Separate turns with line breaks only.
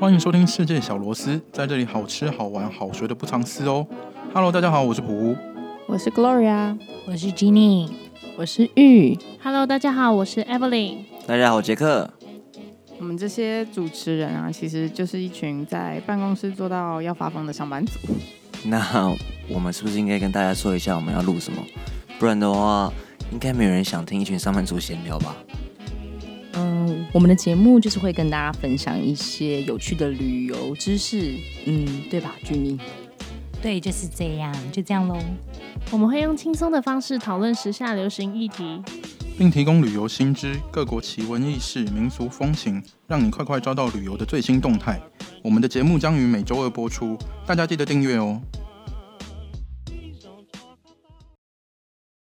欢迎收听《世界小螺丝》，在这里好吃好玩好学的不藏私哦。Hello，大家好，我是普乌。
我是 Gloria，
我是 Jenny。
我是玉。
Hello，大家好，我是 Evelyn。
大家好，杰克。
我们这些主持人啊，其实就是一群在办公室做到要发疯的上班族。
那我们是不是应该跟大家说一下我们要录什么？不然的话，应该没有人想听一群上班族闲聊吧？
嗯，我们的节目就是会跟大家分享一些有趣的旅游知识，嗯，对吧，君妮？
对，就是这样，就这样喽。我们会用轻松的方式讨论时下流行议题。
并提供旅游新知、各国奇闻异事、民俗风情，让你快快抓到旅游的最新动态。我们的节目将于每周二播出，大家记得订阅哦。